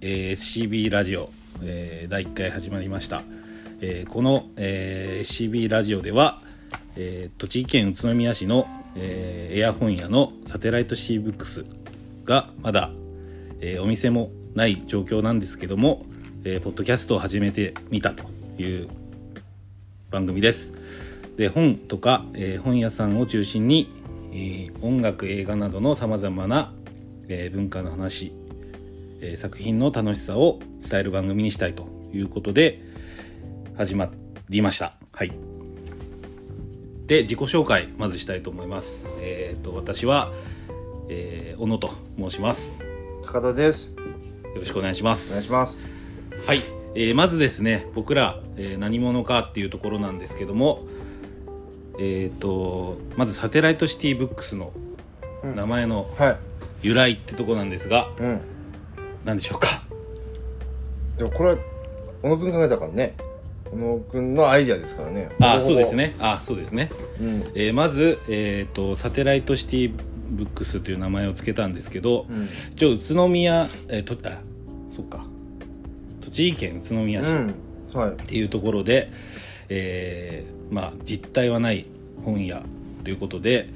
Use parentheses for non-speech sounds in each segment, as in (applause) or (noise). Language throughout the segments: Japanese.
えー SCB ラジオ、えー第1回始まりました、えーこの、えー SCB ラジオでは、えー栃木県宇都宮市の、えーエア本屋のサテライトシーブックスがまだ、えーお店もない状況なんですけども、えーポッドキャストを始めてみたという番組です。で本とか、えー本屋さんを中心に、えー音楽映画などのさまざまな、えー文化の話、えー作品の楽しさを伝える番組にしたいということで始まりました。はい、で自己紹介まずしたいと思います。えー、と私は、えー小野と申します。よ高田です。ろしくお願いします。お願いします。はい、えーまずですね僕ら、えー何者かっていうところなんですけどもえっ、とまずサテライトシティブックスのうん名前のはい。由来ってとこなんですがうん。何でしょうかでもこれは小野くん考えたからね。小野くんのアイディアですからね。あほぼほぼそうです。ねあそうですね、うん。えーまず、えー、とサテライトシティブックスという名前を付けたんですけど、うん。一応宇都宮、えーとあそっか栃木県宇都宮市、うん。はい。っていうところで、えーまあ、実態はない本屋ということで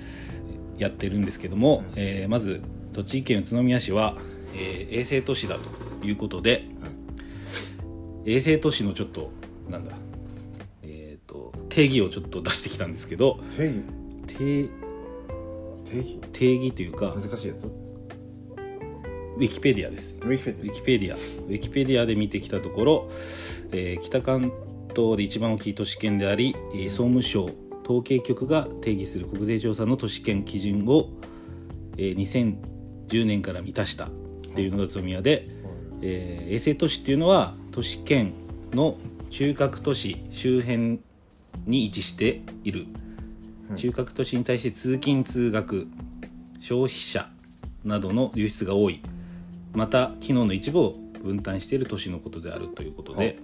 やってるんですけども、うんえーまず栃木県宇都宮市は、えー衛星都市だということで、衛星都市のちょっとなんだ、えー、と定義をちょっと出してきたんですけど定定義定義定義というか難しいやつウウィキペディアです。ィキペデウィィキペディアウィキペディアで見てきたところ、えー北関東で一番大きい都市圏であり、えー総務省統計局が定義する国税調査の都市圏基準を、えー2010年から満たしたっていうのが宇都宮で、えー衛星都市っていうのは都市圏の中核都市周辺に位置しているうん中核都市に対して通勤通学消費者などの流出が多いまた機能の一部を分担している都市のことであるということで、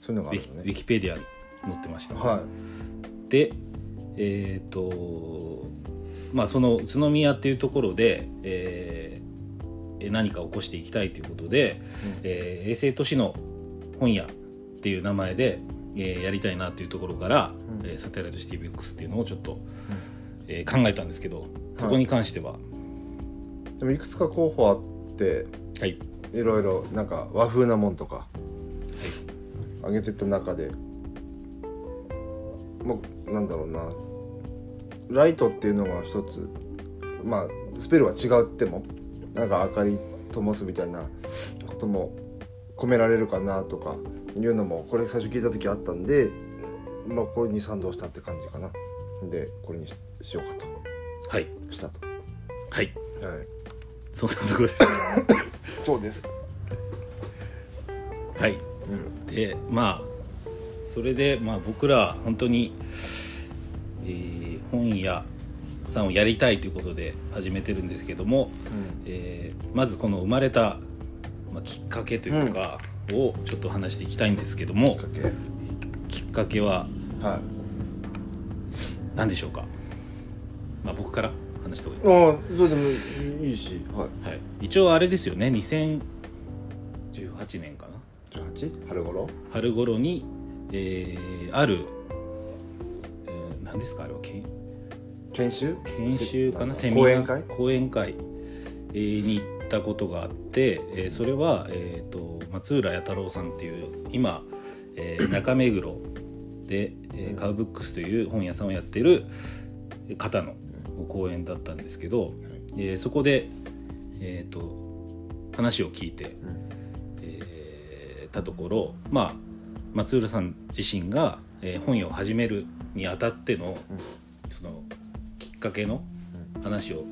そういうのがあウィるキのウィね。キペディアに載ってました、はでえっ、とまあその宇都宮っていうところで、えー何か起こしていきたいということで、い。えー衛星都市の本屋っていう名前で、えーやりたいなっていうところから、うんえーサテライトシティブックスっていうのをちょっと、えー考えたんですけどそこに関しては、はうんでもいくつか候補あって、いいろいろなんか和風なもんとか、あげてった中で、まあ、なんだろうな。ライトっていうのが一つ、まあ、スペルは違うっても、なんか明かり灯すみたいなことも込められるかなとかいうのも、これ最初聞いた時あったんで、まあ、これに賛同したって感じかな。で、これにししようかはいと、したと。はいはい。そんなところですそうです。はいうん。でまあそれで、まあ、僕ら本当に、えー本屋さんをやりたいということで始めてるんですけども、えーまずこの生まれた、まあ、きっかけというかをちょっと話していきたいんですけども、きっかけ。きっかけははい。何でしょうか、まあ、僕から話した方がいい、ああそれでもいいしはいはい、一応あれですよね2018年かな18春頃春頃に、えーある、えー何ですかあれは研研修研修かなセセミミナナー講ー演会講演会、えーに行ったことがあって、えーそれは、えー、と松浦弥太郎さんっていう今、えー中目黒で、えーカウブックスという本屋さんをやってる方の講演だったんですけど、えーそこで、えー、と話を聞いて、えーたところ、まあ、松浦さん自身が、えー本屋を始めるにあたっての,、そのきっかけの話を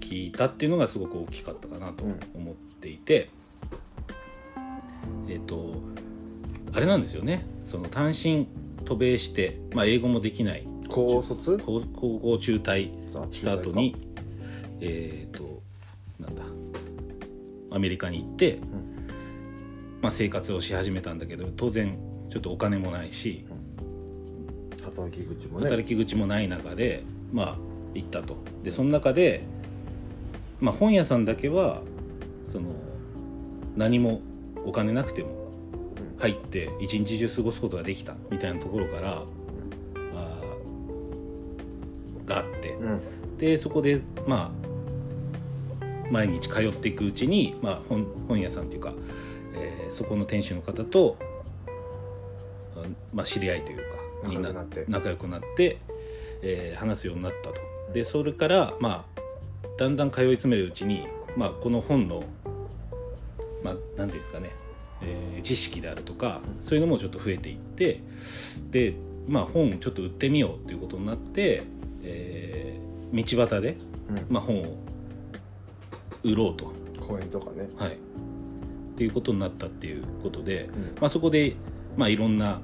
聞いたっていうのがすごく大きかったかなとうん思っていて、えっ、とあれなんですよねその単身渡米して、まあ、英語もできない高卒高高校中退した後にあえっ、となんだアメリカに行って、んまあ、生活をし始めたんだけど当然ちょっとお金もないし、働き口もね働き口もない中で、まあ、行ったとでその中で、まあ、本屋さんだけはその何もお金なくても入って一日中過ごすことができたみたいなところから、あーがあってうんでそこでまあ毎日通っていくうちに、まあ、本本屋さんというか、えーそこの店主の方と、うんまあ、知り合いというか仲良くなって仲良くなって、えー話すようになったと。でそれから、まあ、だんだん通い詰めるうちに、まあ、この本の、まあ、なんていうんですかね、えー知識であるとかそういうのもちょっと増えていってで、まあ、本をちょっと売ってみようということになって、えー道端で、うんまあ、本を売ろうと、公園とかねはい、っていうことになったっていうことで、うんまあ、そこで、まあ、いろんな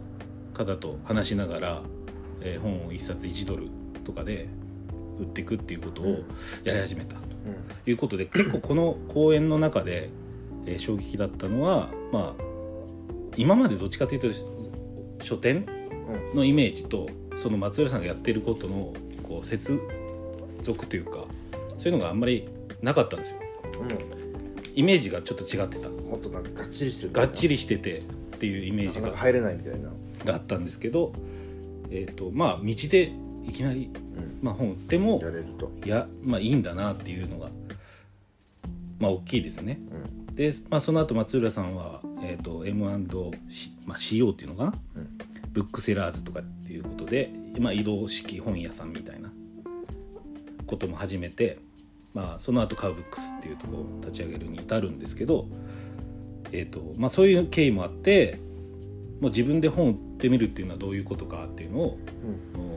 方と話しながら、えー本を1冊1ドルとかで売っていくっていうことをやり始めたということで、結構この公演の中で、えー衝撃だったのは、まあ、今までどっちかというと書店うんのイメージとその松浦さんがやってることのこう接続というかそういうのがあんまりなかったんですよ。イメージがちょっと違ってたうんもっとなんかがっちりしてるがっちりりしててっていうイメージなんがか入れないみたいながあったんですけど、えー、とまあ道でいきなり、うんまあ、本売ってもやれるといやまあいいんだなっていうのがまあ大きいですね。うんで、まあ、その後松浦さんは、えー、と M&C、まあ、CO っていうのかなうんブックセラーズとかっていうことで、まあ、移動式本屋さんみたいなことも始めて、まあ、その後カウブックスっていうところを立ち上げるに至るんですけど、えーとまあ、そういう経緯もあってもう自分で本を売ってみるっていうのはどういうことかっていうのをうんもう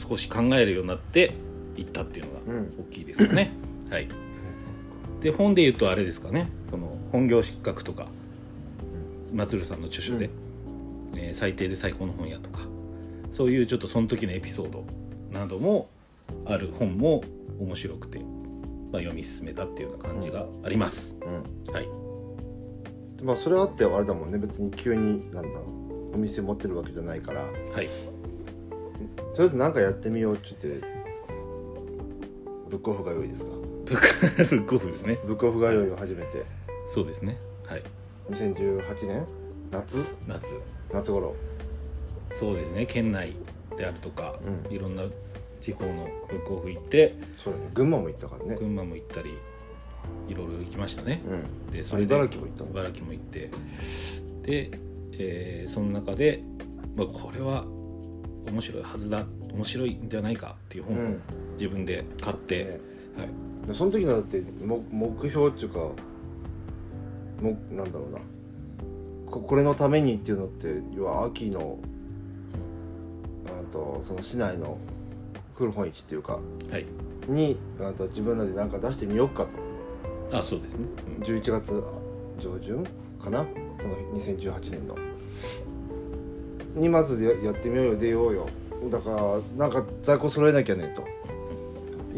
少し考えるようになっていったっていうのがうん大きいですよ (laughs) ね。はい、で本で言うとあれですかねその本業失格とか松浦さんの著書で、えー最低で最高の本屋とかそういうちょっとその時のエピソードなどもある本も面白くて、まあ、読み進めたっていうような感じがあります。うんはい、でまあそれあってあれだもんね別に急になんだお店持ってるわけじゃないからとりはい、あえず何かやってみようって言ってブックオフが良いですかブック (laughs) ブックオフですね。ブックオフが良いを始めてそうですね。はい、 2018年夏夏夏頃そうですね県内であるとか、うんいろんな地方のブックオフ行ってそうだね群馬も行ったからね群馬も行ったりいろいろ行きましたね。うんであ茨城も行ったの茨城も行ってで、えーその中で、まあ、これは面白いはずだ面白いんじゃないかっていうう本を自分で買って、ねはい、でその時のだっても目標っていうかもなんだろうなここれのためにっていうのって要は秋のあとその市内の古本市っていうかはい、にあと自分らで何か出してみようかとあそうですね、うん11月上旬かなその2018年のにまずややってみようよ出ようよだからなんか在庫揃えなきゃねと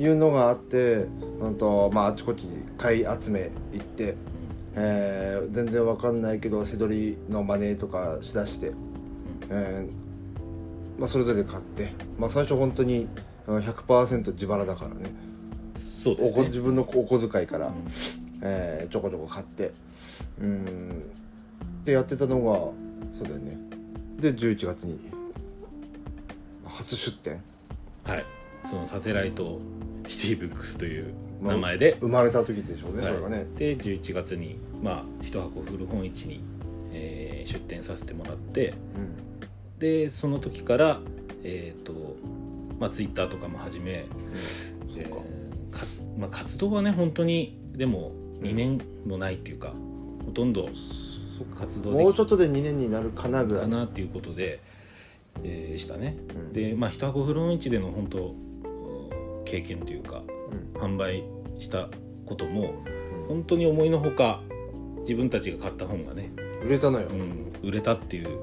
いうのがあってうんとまああちこち買い集め行って、えー全然わかんないけど背取りの真似とかしだして、えーまあ、それぞれ買って、まあ、最初本当にうん100%自腹だからねそうでおすこね自分のお小遣いから、んえーちょこちょこ買ってうーんでやってたのがそうだよねで11月に初出店はいそのサテライトシティブックスというの名前で、生まれた時でしょうはね、いそれがねで11月にまあ一箱古本市に、えー出店させてもらってうんでその時からえっ、とまあツイッターとかも始め、そうえーかかまあ、活動はね本当にでも2年もないっていうか、ほとんどそっか活動でもうきちょっとで2年になるかなぐたらかいなっていうことで、えーしたね、うんでまあ一箱フロン市での本当うん経験というかう販ん売したこともう本当に思いのほか自分たちが買った本がね、ん売れたのよ、うん、売れたっていう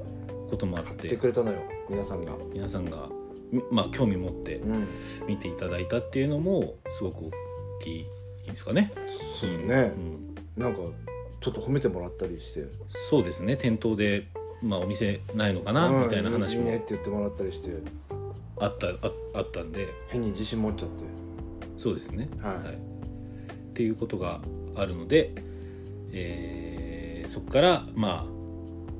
こともあっ買っててくれたのよ皆さんが皆さんが、みまあ、興味持ってうん見ていただいたっていうのもすごく大きいですかね。そうねう、んなんかちょっと褒めてもらったりしてそうですね店頭で、まあ、お店ないのかな、うんみたいな話いいねっもて言ってもらったりしてあったああったんで変に自信持っちゃってそうですね、はいっていうことがあるので、えーそこからまあ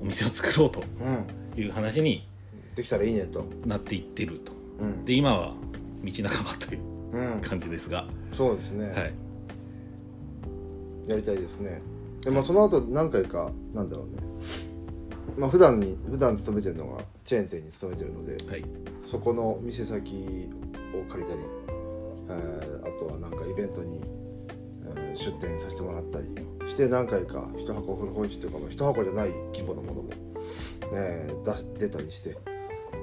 お店を作ろうとうんいう話にできたらいいねとなっていってるとうんで今は道半ばといううん感じですが、そうですね、はい、やりたいですねでまあその後何回かなんだろうねまあ普段に普段勤めてるのがチェーン店に勤めてるのではい、そこの店先を借りたり、えーあとはなんかイベントに、えー出店させてもらったりして何回か一箱古本市というか、まあ、一箱じゃない規模のものも、えー出出たりして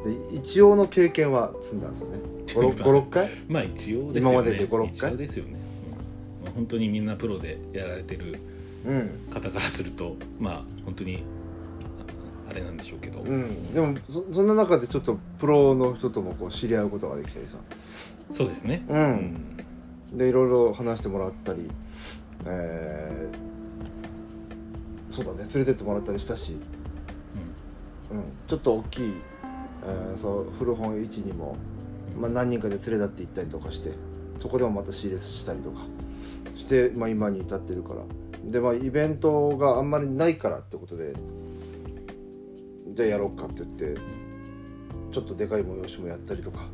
で一応の経験は積んだんですよね56回まあ一応ですよね今までで56回一応ですよね、うんまあ、本当にみんなプロでやられてるうん、方からするとまあ本当にああれなんでしょうけど、うん、でもそそんな中でちょっとプロの人ともこう知り合うことができたりさそうですねうんでいろいろ話してもらったり、えーそうだね連れてってもらったりしたしうん、ちょっと大きい、えーそう古本市にも、まあ、何人かで連れ立って行ったりとかしてそこでもまた仕入れしたりとかして、まあ、今に至ってるからでまあイベントがあんまりないからってことでじゃあやろうかって言ってちょっとでかい催しもやったりとか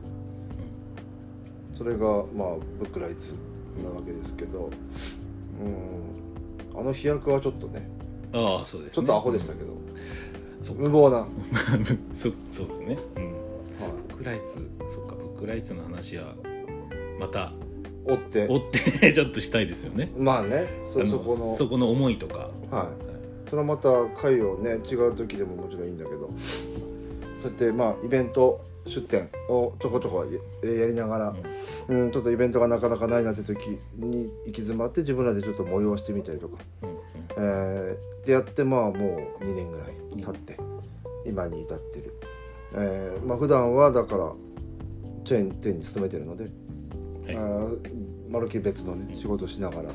それがまあブックライツなわけですけどうんあの飛躍はちょっとねうんああそうですねちょっとアホでしたけど、そっか無謀な、は (laughs) そそうですね、うん、い、ブックライツそっかブックライツの話はまた追って追ってちょっとしたいですよねまあねあそのそこのそこの思いとか、はい、それはまた回をね違う時でももちろんいいんだけどそうやってまあイベント出店をちょこちょこややりながら、うんちょっとイベントがなかなかないなって時に行き詰まって自分らでちょっと催してみたりとか、うんうんえーでやってまあもう2年ぐらい経って今に至ってる、えーまあ普段はだからチェーン店に勤めてるので、はいあーまるっきり別のね仕事しながら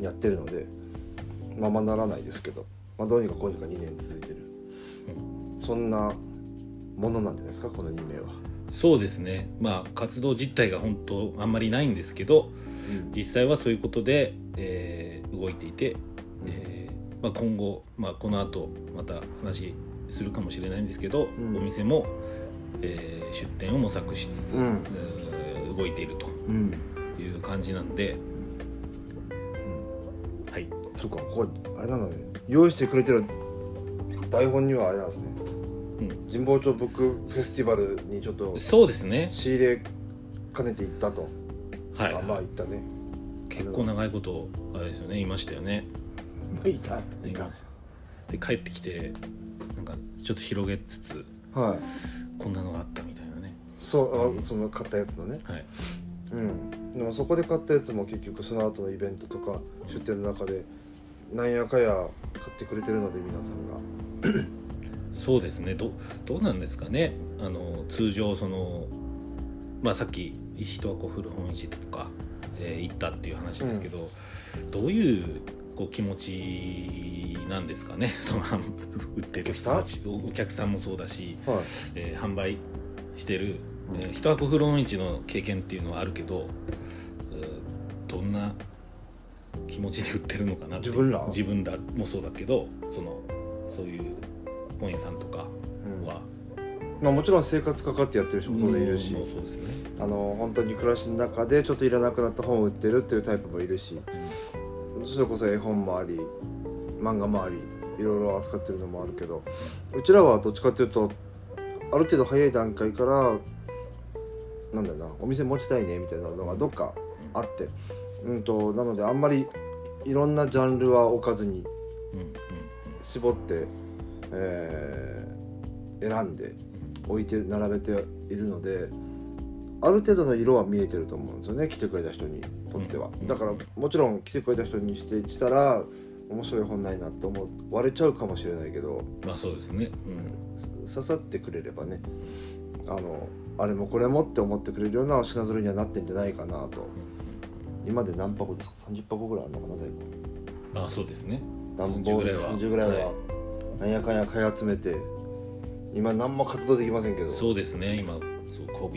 やってるのでままならないですけど、まあ、どうにかこうにか2年続いてる、そんなものなんじゃないですかこの2名は、そうですねまあ活動実態が本当あんまりないんですけど実際はそういうことで、えー動いていて、えーまあ、今後、まあ、この後また話するかもしれないんですけど、うんお店も、えー出店を模索しつつ、うんえー動いているとうん、うんいう感じなんで、はい、そっかこれあれなのね用意してくれてる台本にはあれなんですねうん、神保町ブックフェスティバルにちょっとそうですね、仕入れ兼ねて行ったと、はいあまあ行ったね結構長いことあれですよねいましたよねまあいたいたで帰ってきてなんかちょっと広げつつはいこんなのがあったみたいなね、そうあその買ったやつのねはい、うんでもそこで買ったやつも結局その後のイベントとか出店の中でなんやかや買ってくれてるので皆さんがそうですねどどうなんですかねあの通常その、まあ、さっき一箱古本市とか、えー行ったっていう話ですけど、どういうこう気持ちなんですかね (laughs) その販売ってる人たちおお客さんもそうだし、はいえー販売してる、えー一箱古本市の経験っていうのはあるけど、えーどんな気持ちで売ってるのかなっていう自分ら自分らもそうだけどそのそういう本屋さんとかうんは、まあ、もちろん生活かかってやってる人も当然いるし、もうそうですね、あの本当に暮らしの中でちょっといらなくなった本を売ってるっていうタイプもいるしそれこそ絵本もあり漫画もありいろいろ扱ってるのもあるけどうちらはどっちかっていうとある程度早い段階からなんだろうなお店持ちたいねみたいなのがどっかあって、うん、となのであんまりいろんなジャンルは置かずにうんうん絞って、えー選んで置いて並べているのである程度の色は見えてると思うんですよね来てくれた人にとっては、うんだからもちろん来てくれた人にしてしたら面白い本ないなって思う割れちゃうかもしれないけどまあそうですね、うんす刺さってくれればねあのあれもこれもって思ってくれるような品揃えにはなってんじゃないかなと今で何箱ですか30箱ぐらいあるのかな在庫あそうですね段ボール30 30ぐぐららいいは、はなんやかんや買い集めて今何も活動できませんけどそうですね今そう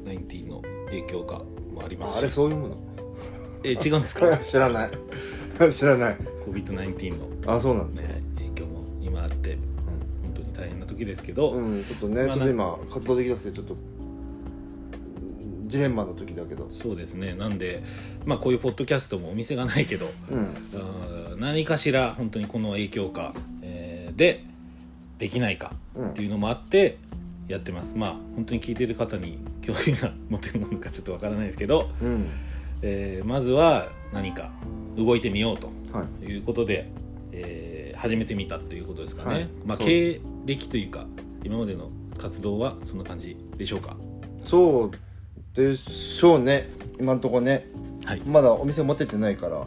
COVID-19 の影響がもありまあすしあれそういうもの (laughs) え違うんですか知らない知らない (laughs) COVID-19 の、あそうなんですねね、影響も今あって本当に大変な時ですけど、うんちょっとねまちょあっと今活動できなくてちょっとジレンマの時だけどそうですねなんで、まあ、こういうポッドキャストもお店がないけどうんうん何かしら本当にこの影響か、えーでできないかうってんいうのもあってやってますまあ本当に聞いてる方に興味が持てるものかちょっとわからないですけど、うんえーまずは何か動いてみようとはいいうことで、えー始めてみたということですかね、はいまあそう経歴というか今までの活動はそんな感じでしょうかそうでしょうね今んとこねはいまだお店持ててないから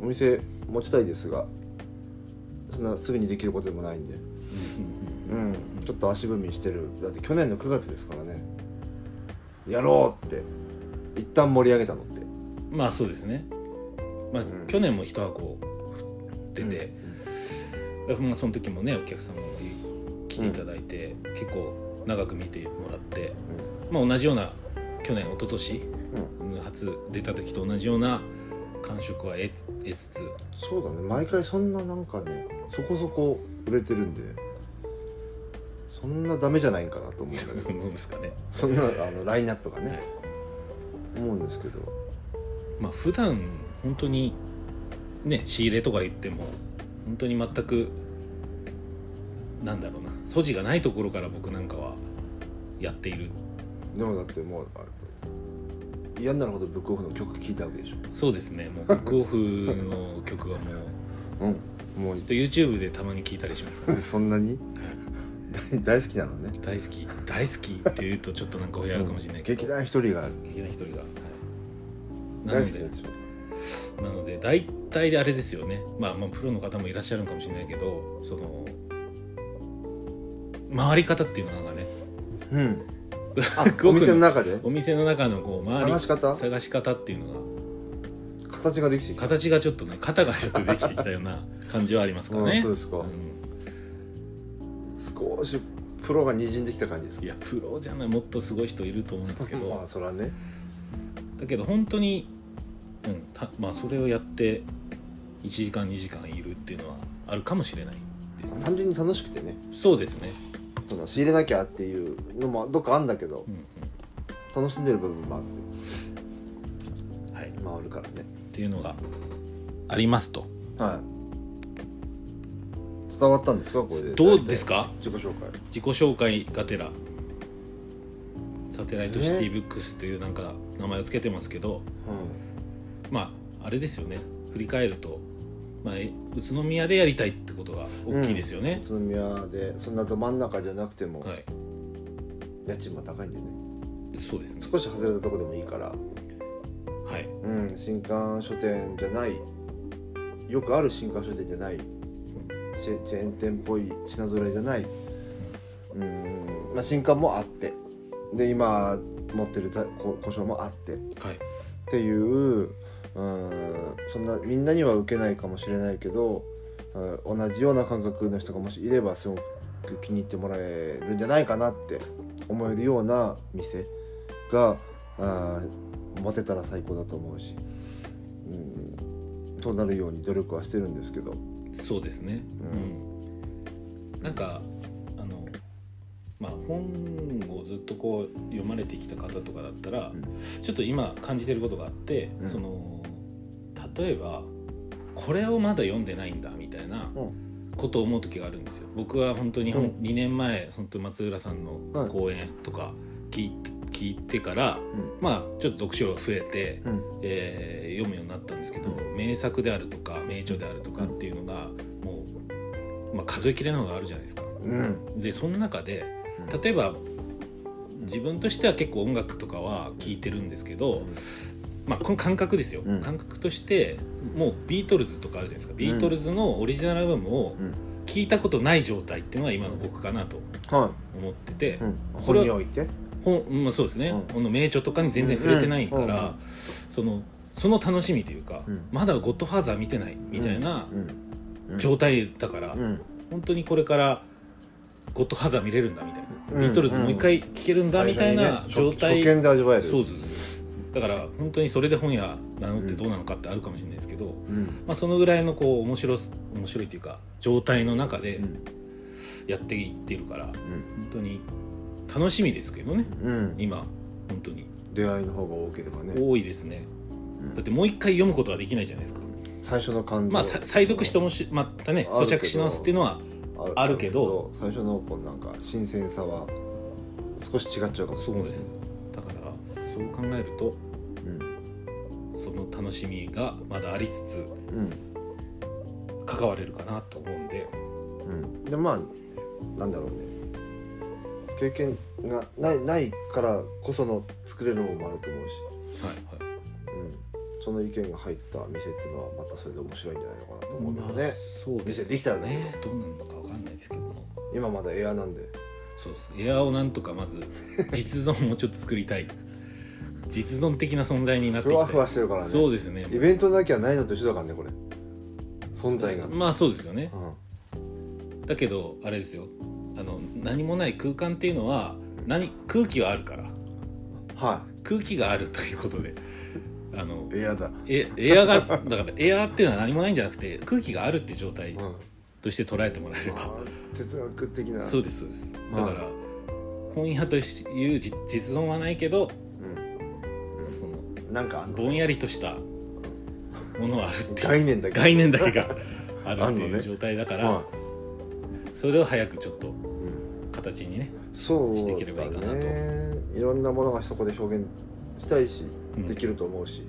お店持ちたいですがそんなすぐにできることでもないんでうんちょっと足踏みしてるだって去年の9月ですからねやろうって一旦盛り上げたのってまあそうですね、まあうん去年も一箱出て、まあ、その時もねお客様も来ていただいて、結構長く見てもらって、まあ、同じような去年一昨年うん、うん初出た時と同じような感触は得つ得つつそうだね毎回そんななんかねそこそこ売れてるんでそんなダメじゃないんかなと思うんだ (laughs) けどどうですかね、そんなあのラインナップがね、はい思うんですけどまあ普段本当にね仕入れとか言っても本当に全くなんだろうな素地がないところから僕なんかはやっているでもだってもうあ嫌になるほどブックオフの曲聴いたわけでしそうですねもうブックオフの曲はもうょうんもちょっと YouTube でたまに聞いたりしますからうそんなに (laughs) 大大好きなのね大好き大好きって言うとちょっとなんかお部屋あるかもしれないけど、劇団一人が劇団一人が、はいな大の好きなでんでしょなので大体であれですよね、まあ、まあプロの方もいらっしゃるのかもしれないけどその回り方っていうのがねうんあ (laughs) ごくお店の中でお店の中のこう回り探し方探し方っていうのが形ができてきた形がちょっとね肩がちょっとできてきたような感じはありますからうねん、そうですかうん少しプロがにじんできた感じですいやプロじゃないもっとすごい人いると思うんですけど、まあそらねだけど本当に、うんたまあ、それをやって1時間2時間いるっていうのはあるかもしれないですね単純に楽しくてねそうですね、その仕入れなきゃっていうのもどっかあんだけどうん楽しんでる部分もあってうんはい、っ回るからねていうのがありますとはい伝わったんですかこれでどうですかか自己紹介自己紹介がてらサテライトシティブックスというなんか名前をつけてますけど、まああれですよね振り返ると、まあ、え宇都宮でやりたいってことが大きいですよね宇、都宮でそんなど真ん中じゃなくても、はい家賃も高いんでねそうですね少し外れたとこでもいいかはら、いうん、新刊書店じゃないよくある新刊書店じゃないチェチェーン店っぽい品揃えじゃない、うんまあ、新刊もあってで今持ってるざこ故障もあってっはいていう、うん、そんなみんなには受けないかもしれないけど、うん同じような感覚の人がもしいればすごく気に入ってもらえるんじゃないかなって思えるような店が、あー持てたら最高だと思うし、うん、そうなるように努力はしてるんですけど。そうですね、うんなんかあのまあ本をずっとこう読まれてきた方とかだったら、うんちょっと今感じてることがあって、うんその例えばこれをまだ読んでないんだみたいなうことを思う時があるんですよ。僕は本当に、うん2年前本当松浦さんはのい講演とか聞いて,、聞いてから、うまあちょっと読書が増えて、んえー読むようになったんですけど、う名作であるとか名著であるとかっていうのがもう、まあ、数えきれないのがあるじゃないですか。うんでその中で例えば自分としては結構音楽とかは聴いてるんですけど、まあ、この感覚ですよ、うん感覚としてもうビートルズとかあるじゃないですかビートルズのオリジナルアルバムをうん聴いたことない状態っていうのが今の僕かなとは思っててい、うん、これ本はにおいて本まあ、そうですね、うんこの名著とかに全然触れてないから、うんうんそのその楽しみというか、うんまだ「ゴッドファーザー」見てないみたいなうん状態だから、うん本当にこれから「ゴッドファーザー」見れるんだみたいな、うんビートルズもう一回聴けるんだみたいな状態、最初にね初初見で味わえるそうですだから本当にそれで本屋なのってどうなのかってあるかもしれないですけど、うんまあ、そのぐらいのこう面白す面白いというか状態の中でうんやっていってるから、本当に楽しみですけどねうん今本当に出会いの方が多ければね、多いですねうんだってもう一回読むことはできないじゃないですか、最初の感動まあさ再読してもしまたねある咀けど嚼し直すっていうのはあるけど最初のこうなんか新鮮さは少し違っちゃうかもしそれなういですだからそう考えるとうんその楽しみがまだありつつうん関われるかなと思うんでうん、でまあなんだろうね経験がないないからこその作れるものもあると思うし、はいはうん、その意見が入った店っていうのはまたそれで面白いんじゃないのかなとい思うんだよね、そうです店できたらだけどねどうなるのかわかんないですけども今まだエアなんでそうですエアをなんとかまず実存をちょっと作りたい (laughs) 実存的な存在になってふきたいわふわしてるからねそうですねイベントなきゃないのと一緒だからねこれ存在が、まあそうですよねうんだけどあれですよあの何もない空間っていうのは何空気はあるからは空気があるということであのいエアだ、えエアがだからエアっていうのは何もないんじゃなくて空気があるっていう状態うんまとして捉えてもらえれば、あ、哲学的なそうですそうですだまあから本屋というじ実存はないけどうんそのうん、なんかあんのぼんやりとしたものはあるっていう概念だけ概念だけがあるあんってのいうね状態だから、はそれを早くちょっというん形にねそうしていければいいかなとだねいろんなものがそこで表現したいしうんできると思うし、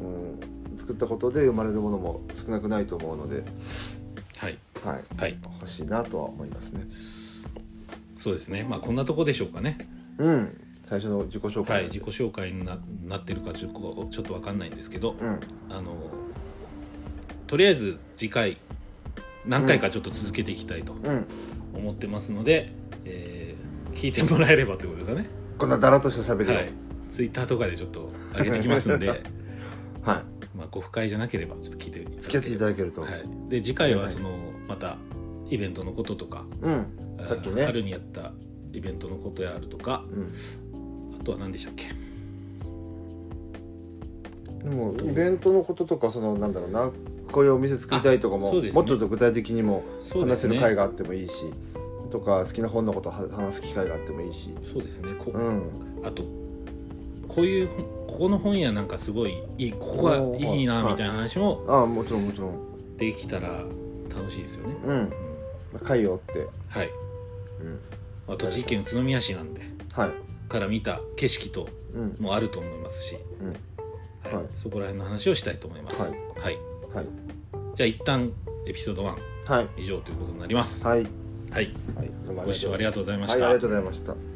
うん作ったことで生まれるものも少なくないと思うので、はいはい、はい欲しいなとは思いますねそうですねまあこんなとこでしょうかねうん最初の自己紹介、はい自己紹介にななってるかちょっとちょっとわかんないんですけど、うんあのとりあえず次回何回かちょっと続けていきたいとうん思ってますので、えー聞いてもらえればってことですか (laughs) ね、こんなだらっとした喋りをはい、ツイッターとかでちょっと上げてきますの (laughs) ではい、まあご不快じゃなければちょっと聞いて付き合っていただけると、はい、で次回はそのまたイベントのこととか、うんさっきあーね、春にやったイベントのことやあるとかうん、あとは何でしたっけでもイベントのこととかそのなんだろうなこういうお店作りたいとかあも、そうですねもうちょっと具体的にもそうで話すせねる会があってもいいし、とか好きな本のことは話す機会があってもいいしそうですねこうんあとこういう本ここの本屋なんかすごいいいここがいいなはいみたいな話もああもちろんもちろんできたら楽しいですよね、うんうん会を追って、はい、うん、まあ、栃木県宇都宮市なんではいから見た景色とうんもあると思いますし、うんはいはいそこら辺の話をしたいと思います、ははい、はいじゃあ一旦エピソード1はい以上ということになります、ははいい、はいどうもありがとうご視聴ありがとうございまはしいた、ありがとうございました